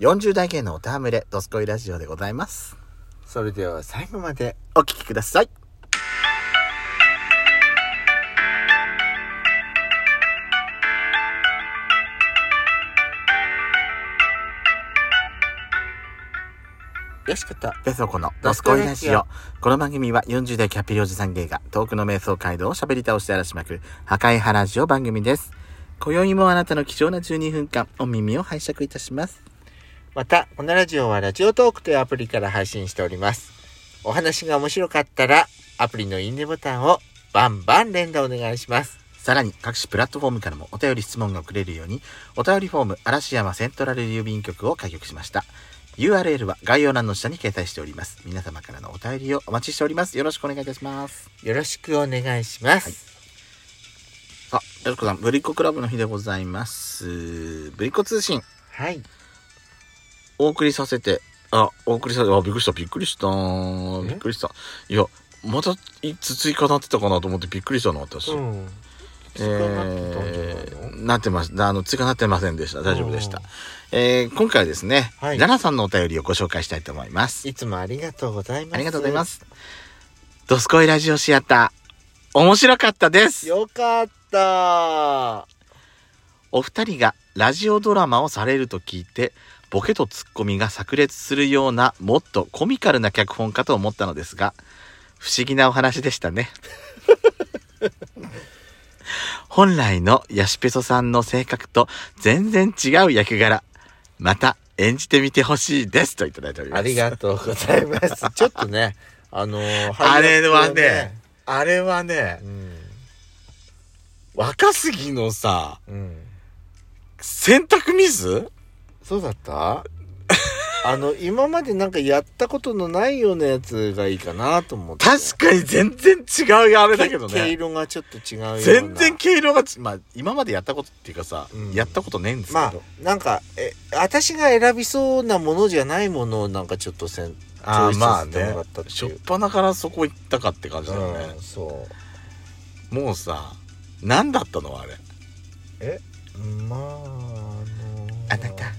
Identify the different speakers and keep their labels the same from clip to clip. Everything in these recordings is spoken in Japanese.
Speaker 1: 40代芸のおたわむれ、ドスコイラジオでございます。
Speaker 2: それでは最後まで
Speaker 1: お聞きください。
Speaker 2: よしこと
Speaker 1: ペソコのドスコイラジオ。この番組は40代キャッピリおじさん芸が遠くの瞑想街道を喋り倒して荒らしまくる破壊ハラジオ番組です。今宵もあなたの貴重な12分間、お耳を拝借いたします。
Speaker 2: またこのラジオはラジオトークというアプリから配信しておりますお話が面白かったらアプリのいいねボタンをバンバン連打お願いします
Speaker 1: さらに各種プラットフォームからもお便り質問が送れるように、お便りフォーム嵐山セントラル郵便局を開局しました。URL は概要欄の下に掲載しております。皆様からのお便りをお待ちしております。よろしくお願いいたします。
Speaker 2: よろしくお願いします、
Speaker 1: あ、よしこさん、ぶりっ子クラブの日でございます。ぶりっ子通信、
Speaker 2: はい、
Speaker 1: お送りさせて、あ、お送りさせて、あ、びっくりした、びっくりした、びっくりした。いや、またいつ追加なってたかなと思ってびっくりしたの、私。
Speaker 2: ん
Speaker 1: えー、なってます。あの、追加なってませんでした。大丈夫でした。えー、今回はですね、
Speaker 2: はい
Speaker 1: ラナさんのお便りをご紹介したいと思います。
Speaker 2: いつもありがとうございます
Speaker 1: ありがとうございます。ドスコイラジオシアター、面白かったです。
Speaker 2: よかった
Speaker 1: お二人がラジオドラマをされると聞いて、ボケとツッコミが炸裂するような、もっとコミカルな脚本かと思ったのですが、不思議なお話でしたね。 本来のヤシペソさんの性格と全然違う役柄。また演じてみてほしいですといただいております。
Speaker 2: ありがとうござ います。ちょっとね、あのー、
Speaker 1: あれは
Speaker 2: 俳優
Speaker 1: ね、あれはね
Speaker 2: の、ね、
Speaker 1: 若すぎのさ、
Speaker 2: うん、うん、
Speaker 1: 洗濯ミス
Speaker 2: そうだった あの、今までなんかやったことのないようなやつがいいかなと思って。
Speaker 1: 確かに全然違うあれだけど
Speaker 2: 毛
Speaker 1: ね。
Speaker 2: 色がちょっと違うような。
Speaker 1: 全然毛色がち、まあ、今までやったことっていうかさ、
Speaker 2: うん
Speaker 1: やったことねえんですけ
Speaker 2: まあ
Speaker 1: ど。、
Speaker 2: なんか、え、私が選びそうなものじゃないものをなんかちょっとせん、
Speaker 1: ああ、
Speaker 2: チョイス
Speaker 1: まあ
Speaker 2: して
Speaker 1: ね
Speaker 2: もらったっ。ていう
Speaker 1: しょっぱなからそこ行ったかって感じだよね
Speaker 2: うん、。そ
Speaker 1: もうさ、何だったのあれ。
Speaker 2: う。まあ、あのー
Speaker 1: あなた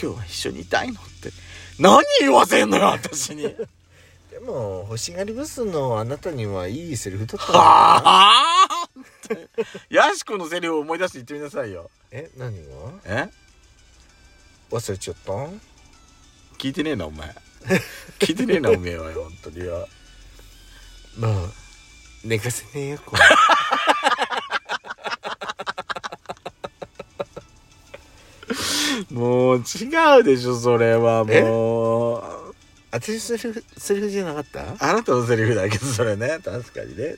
Speaker 1: 今日は一緒にいたいのって。何言わせんのよ、私 に。
Speaker 2: でも、欲しがりブスのあなたにはいいセリフだったな
Speaker 1: はあって。ヤシコのセリフを思い出して言ってみなさいよ。
Speaker 2: え、何が
Speaker 1: え
Speaker 2: 忘れちゃった
Speaker 1: 聞いてねえな、お前。聞いてねえな、おめえはよ、本当によ。
Speaker 2: まあ寝かせねえよこ
Speaker 1: もう違うでしょ、それはもう。
Speaker 2: 私セリフセリフじゃなかった
Speaker 1: あなたのセリフだけど、それね。確かにね。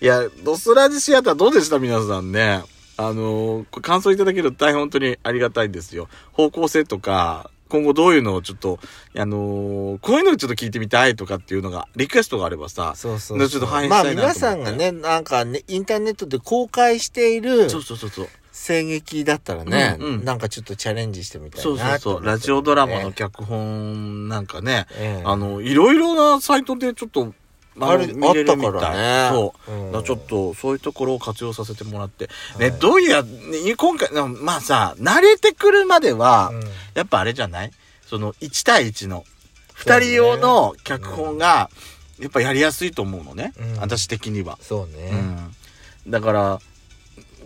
Speaker 1: いや、ドスラジシアターどうでした皆さんね。あのーこれ感想いただけると大変本当にありがたいんですよ。方向性とか、今後どういうのをちょっと、あのーこういうのをちょっと聞いてみたいとかっていうのが、リクエストがあればさ、
Speaker 2: そうそ
Speaker 1: ねちょっと反映し
Speaker 2: まあ
Speaker 1: たいなと思っ
Speaker 2: 皆
Speaker 1: て
Speaker 2: さんがねなんかねインターネットで公開している
Speaker 1: そうそうそうそう。
Speaker 2: 声劇だったらね、
Speaker 1: うんうん
Speaker 2: なんかちょっとチャレンジしてみたいな
Speaker 1: そうそう
Speaker 2: と
Speaker 1: そ
Speaker 2: 思っ
Speaker 1: う。
Speaker 2: て
Speaker 1: ラジオドラマの脚本なんかね、
Speaker 2: ええ
Speaker 1: あの、いろいろなサイトでちょっと、の
Speaker 2: あれ
Speaker 1: 見れるみい
Speaker 2: あったからね
Speaker 1: そう。
Speaker 2: う
Speaker 1: だ
Speaker 2: ん
Speaker 1: からちょっとそういうところを活用させてもらって、
Speaker 2: はい
Speaker 1: ねどういうや、ね今回なまあさ慣れてくるまでは、
Speaker 2: うん
Speaker 1: やっぱあれじゃないその1対1の2人用の脚本が、やっぱやりやすいと思うのね、
Speaker 2: うん
Speaker 1: 私的には、
Speaker 2: そうね、
Speaker 1: うんだから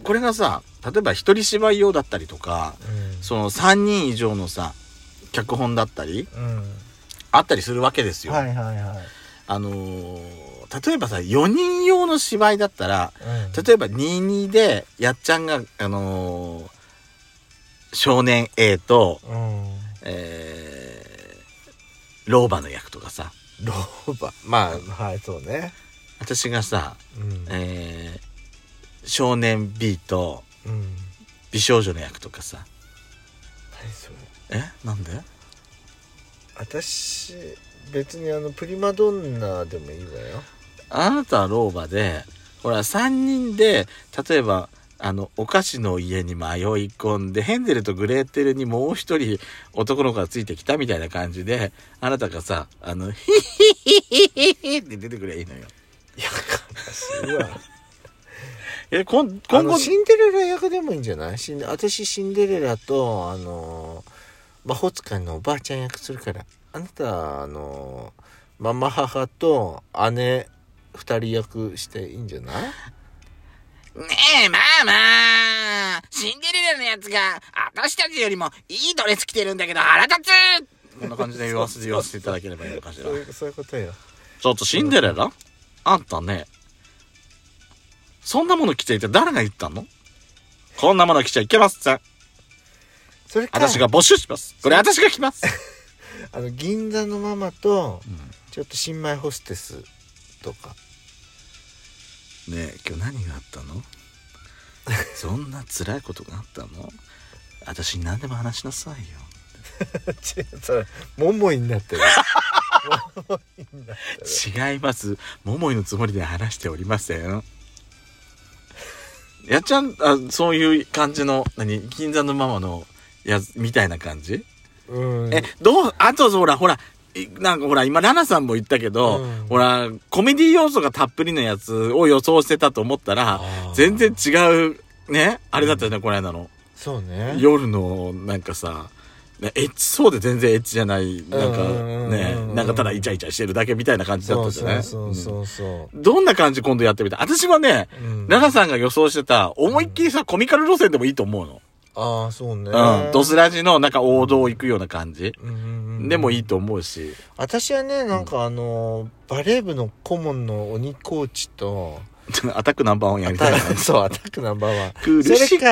Speaker 1: これがさ例えば一人芝居用だったりとか
Speaker 2: うん
Speaker 1: その3人以上のさ脚本だったりあったりするわけです
Speaker 2: うん
Speaker 1: よ、
Speaker 2: はいはいは
Speaker 1: あのー例えばさ4人用の芝居だったら
Speaker 2: い、うん、
Speaker 1: 例えば22でやっちゃんが、あのー少年 A と、
Speaker 2: うん
Speaker 1: えー、老婆の役とかさ
Speaker 2: 老婆まあはいそうね
Speaker 1: 私がさ、
Speaker 2: うん
Speaker 1: えー、少年 B と
Speaker 2: うん
Speaker 1: 美少女の役とかさ
Speaker 2: 何それ
Speaker 1: えなんで
Speaker 2: 私別にあのプリマドンナでもいいわよ
Speaker 1: あなたは老婆でほら3人で例えばあのお菓子の家に迷い込んでヘンゼルとグレーテルにもう一人男の子がついてきたみたいな感じであなたがさ「あのヒヒヒヒヒ」って出てくればいいのよ。
Speaker 2: いや悲しいわ
Speaker 1: え、こん
Speaker 2: あ
Speaker 1: 今
Speaker 2: の
Speaker 1: 後、
Speaker 2: シンデレラ役でもいいんじゃないシン私シンデレラとあの魔法使いのおばあちゃん役するからあなたあのママ母と姉二人役していいんじゃない
Speaker 3: ねえ、まあまあ、シンデレラのやつが、私たちよりもいいドレス着てるんだけど腹立つ
Speaker 1: こんな感じで言わせて、言わせていただければいいのかしら
Speaker 2: そう。いうそういうことよ
Speaker 1: ちょっとシンデレラあんたね、そんなもの着ていて誰が言ったのこんなもの着ちゃいけません。
Speaker 2: それか
Speaker 1: 私が募集します。これ私が着ます。
Speaker 2: あの銀座のママと
Speaker 1: う
Speaker 2: ちょっと新米ホステスとか
Speaker 1: ねえ、今日何があったのそんな辛いことがあったの私に何でも話しなさいよ。
Speaker 2: 違うそれモモイになっ てるモモイになってる
Speaker 1: 違います。桃井のつもりで話しておりません。やっちゃん、あそういう感じの、何銀座のママのやつ、みたいな感じ
Speaker 2: うん
Speaker 1: え、どう、あと、ほら、ほら、いなんかほら、今、ラナさんも言ったけど、
Speaker 2: うん
Speaker 1: ほら、コメディ要素がたっぷりのやつを予想してたと思ったら、
Speaker 2: あー
Speaker 1: 全然違う、ね、あれだったよね、この間の。
Speaker 2: そうね
Speaker 1: 夜の、なんかさ、ねエッチそうで全然エッチじゃない、なんか
Speaker 2: うんうんうん
Speaker 1: ね
Speaker 2: う、ん
Speaker 1: なんかただイチャイチャしてるだけみたいな感じだっ
Speaker 2: そ
Speaker 1: た
Speaker 2: う
Speaker 1: じゃない
Speaker 2: そうそうそう
Speaker 1: うんどんな感じ今度やってみたい私はね、
Speaker 2: そう、うん
Speaker 1: ラナさんが予想してた、思いっきりさ、コミカル路線でもいいと思うの。
Speaker 2: ああそうね
Speaker 1: うん。ドスラジの、なんか王道を行くような感じ。
Speaker 2: うんうんうん
Speaker 1: でもいいと思うし。
Speaker 2: 私はねなんかあのバレー部の顧問の鬼コーチと
Speaker 1: アタックナンバーワンやりたいな。
Speaker 2: そうアタックナンバーワン
Speaker 1: 苦しくっ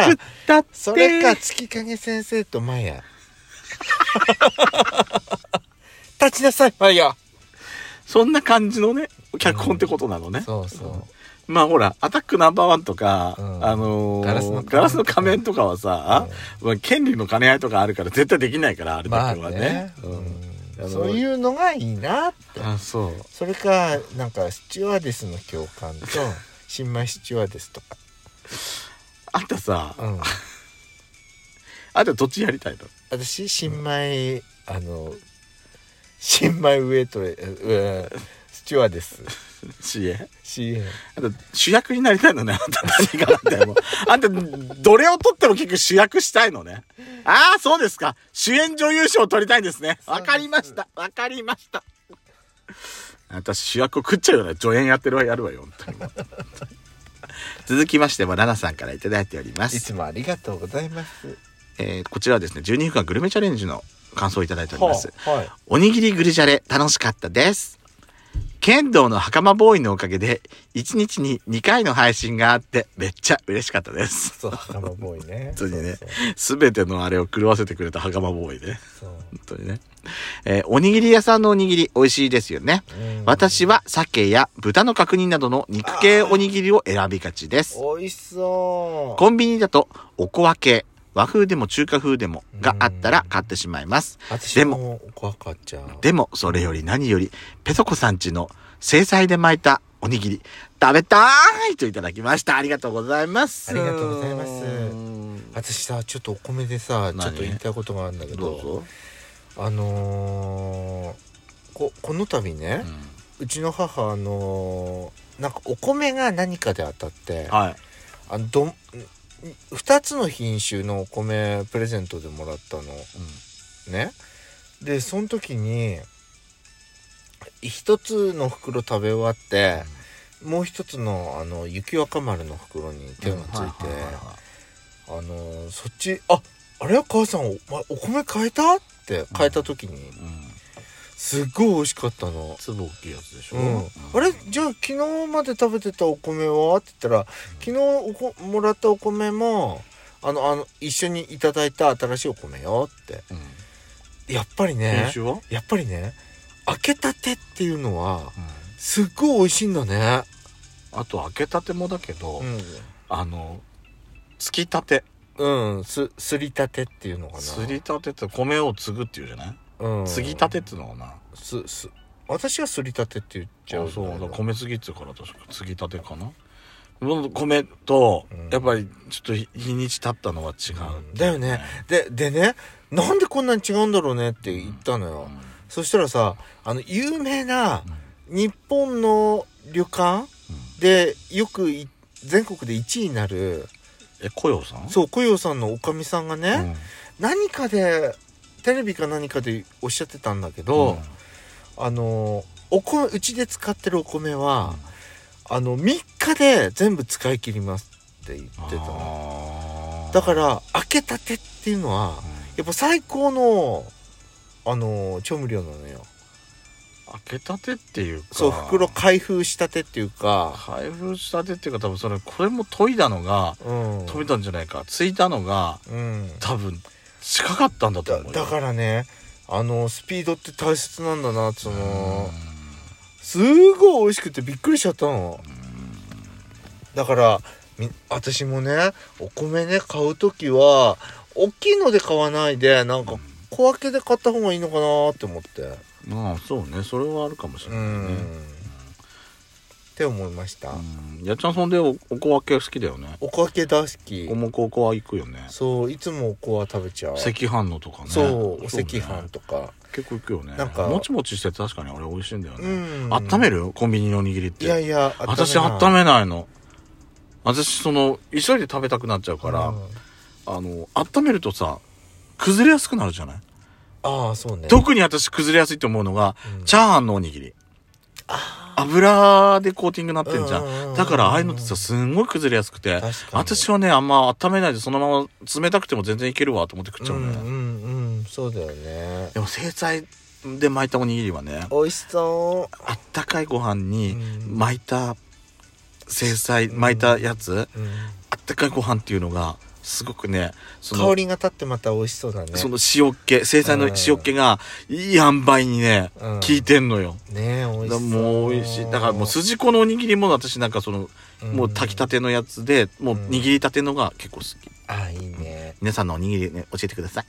Speaker 1: たって。
Speaker 2: それか月影先生と マヤ立ちなさいマヤ
Speaker 1: そんな感じのね、脚本ってことなのね。
Speaker 2: そうそう
Speaker 1: まあほら、アタックナンバーワンとか、
Speaker 2: うん
Speaker 1: あのー
Speaker 2: ガラスの仮面
Speaker 1: ガラスの仮面とかはさ、まあ権利の兼ね合いとかあるから絶対できないから、あれ
Speaker 2: ま
Speaker 1: だ
Speaker 2: あ
Speaker 1: けは
Speaker 2: ね
Speaker 1: ね。、うん
Speaker 2: うんそういうのがいいなって
Speaker 1: あ、そう。
Speaker 2: それかなんかスチュワーデスの教官と新米スチュワーデスとか、
Speaker 1: あんたさ、
Speaker 2: うん、
Speaker 1: あんたどっちやりたいの
Speaker 2: 私新米、あの新米ウエイトレ、えースチュワーデス
Speaker 1: ?CA?
Speaker 2: CA
Speaker 1: あんた主役になりたいのね、あんた何があったよ。もうあんた、どれを取っても結局主役したいのね。ああ、そうですか。主演女優賞を取りたいんですね。わかりました。わかりました。私主役を食っちゃうような助演やってるわ、やるわよ、本 当にもう続きましては、ラナさんからいただいておりま
Speaker 2: い
Speaker 1: す。
Speaker 2: つもありがとうございます
Speaker 1: えーこちらはですね、12分間グルメチャレンジの感想をいただいております。
Speaker 2: あはい
Speaker 1: おにぎりグルジャレ楽しかったです。剣道の袴ボーイのおかげで、1日に2回の配信があって、めっちゃ嬉しかったです。
Speaker 2: そう袴ボーイね
Speaker 1: 本当にね
Speaker 2: そう
Speaker 1: すべてのあれを狂わせてくれた袴ボーイで、
Speaker 2: そう
Speaker 1: 本当にね。えーおにぎり屋さんのおにぎり美味しいですよね。
Speaker 2: そううん
Speaker 1: 私は鮭や豚の角煮などの肉系おにぎりを選びがちです。
Speaker 2: 美味しそう
Speaker 1: コンビニだとおこわ系、和風でも中華風でもがあったら買ってしまいます。
Speaker 2: 私
Speaker 1: でも
Speaker 2: もおこかちゃん
Speaker 1: でもそれより何よりペソコさんちの制裁で巻いたおにぎり食べたーいといただきましたありがとうございます
Speaker 2: ありがとうございます
Speaker 1: うん
Speaker 2: 私さちょっとお米でさ
Speaker 1: 何
Speaker 2: ちょっと言いたいことがあるんだけ
Speaker 1: どう
Speaker 2: ど
Speaker 1: ぞ、
Speaker 2: あのーここの度ね、うちの母あのーなんかお米が何かで当たって
Speaker 1: はい
Speaker 2: あのどん2つの品種のお米プレゼントでもらったのねでその時に1つの袋食べ終わって、もう1つのあの雪若丸の袋に手がついて、あのそっちああれ母さんお,、ま、お米変えたって変えた時に、すっごい美味しかったの。
Speaker 1: 粒大きいやつでし
Speaker 2: うんあれじゃあ昨日まで食べてたお米はって言ったら昨日おこもらったお米もあのあの一緒にいただいた新しいお米よってやっぱりね
Speaker 1: 品種は、
Speaker 2: やっぱりね開けたてっていうのはすっごい美味しいんだね、
Speaker 1: あと開けたてもだけど、
Speaker 2: う
Speaker 1: あのつきたて
Speaker 2: ん、うん、すすりたてっていうのかな
Speaker 1: すりたてって米を継ぐっていうじゃない
Speaker 2: うん、
Speaker 1: 継ぎたてっていうのかな
Speaker 2: すす私はすりたてって言っちゃ
Speaker 1: あ
Speaker 2: う
Speaker 1: そうだから
Speaker 2: こ
Speaker 1: 米継ぎっつうから確か継ぎたてかなうん米と
Speaker 2: うん
Speaker 1: やっぱりちょっと日日にち経ったのは違う
Speaker 2: だよねででねなんでこんなに違うんだろうねって言ったの
Speaker 1: う
Speaker 2: よ、
Speaker 1: ん
Speaker 2: そしたらさあの有名な
Speaker 1: うん
Speaker 2: 日本の旅館でよくい全国で1位になる
Speaker 1: え、小陽さん
Speaker 2: そう小陽さんのおかみさんがね、
Speaker 1: ん
Speaker 2: 何かでテレビか何かでおっしゃってたんだけど、あのお米うちで使ってるお米は、あの3日で全部使い切りますって言ってたの
Speaker 1: あー
Speaker 2: だから開けたてっていうのは
Speaker 1: うん
Speaker 2: やっぱ最高のあの調味料なのよ
Speaker 1: 開けたてっていうか
Speaker 2: そう袋開封したてっていうか、
Speaker 1: 開封したてっていうか多分それこれも研いだのが
Speaker 2: うん
Speaker 1: 研いだんじゃないかついたのが
Speaker 2: うん、
Speaker 1: 多分近かったんだと
Speaker 2: だ
Speaker 1: 思うよ
Speaker 2: だからねあのスピードって大切なんだなそのすごい美味しくてびっくりしちゃったのだからみ私もねお米ね買う時は大きいので買わないでなんか小分けで買った方がいいのかなって思って
Speaker 1: まあそうねそれはあるかもしれ
Speaker 2: う
Speaker 1: ない
Speaker 2: ん、
Speaker 1: ね
Speaker 2: って思いました、
Speaker 1: うんやっちゃんそんでおおこわけ好きだよね
Speaker 2: おかけ大好き
Speaker 1: おもこおこわ行くよね
Speaker 2: そういつもおこわ赤飯食べちゃう
Speaker 1: 赤飯のとかね
Speaker 2: そうお赤
Speaker 1: ね
Speaker 2: 飯とか
Speaker 1: 結構行くよね
Speaker 2: なんか
Speaker 1: もちもちしてて確かにあれ美味しいんだよね
Speaker 2: うん
Speaker 1: 温めるよコンビニのおにぎりって
Speaker 2: いやいや
Speaker 1: 私温めないの私その急いで食べたくなっちゃうから、
Speaker 2: うん
Speaker 1: あの温めるとさ崩れやすくなるじゃない、
Speaker 2: ああそうね
Speaker 1: 特に私崩れやすいと思うのが、
Speaker 2: うん
Speaker 1: チャーハンのおにぎり油でコーティングになってんじゃ
Speaker 2: うんうんうんうんん
Speaker 1: だからああいうのってさすんごい崩れやすくて
Speaker 2: 確かに
Speaker 1: 私はねあんま温めないでそのまま冷たくても全然いけるわと思って食っちゃう
Speaker 2: う
Speaker 1: のね、
Speaker 2: んうんうんそうだよね
Speaker 1: でも制裁で巻いたおにぎりはね
Speaker 2: 美味しそ
Speaker 1: あったかいご飯に
Speaker 2: うん
Speaker 1: 巻いた制裁巻いたやつ、
Speaker 2: う、うん
Speaker 1: あったかいご飯っていうのがすごくねその
Speaker 2: 香りが立ってまた美味しそうだね
Speaker 1: その塩っ気生産の
Speaker 2: うん
Speaker 1: 塩っ気がいい塩梅にね、
Speaker 2: うん
Speaker 1: 効いてんのよ
Speaker 2: ねえ美
Speaker 1: だ
Speaker 2: 味し
Speaker 1: から
Speaker 2: そう
Speaker 1: もう美味しいだからもう筋子のおにぎりも私なんかその、
Speaker 2: うん
Speaker 1: もう炊きたてのやつでもううん握りたてのが結構好き
Speaker 2: あいいね
Speaker 1: 皆さんのおにぎりね教えてください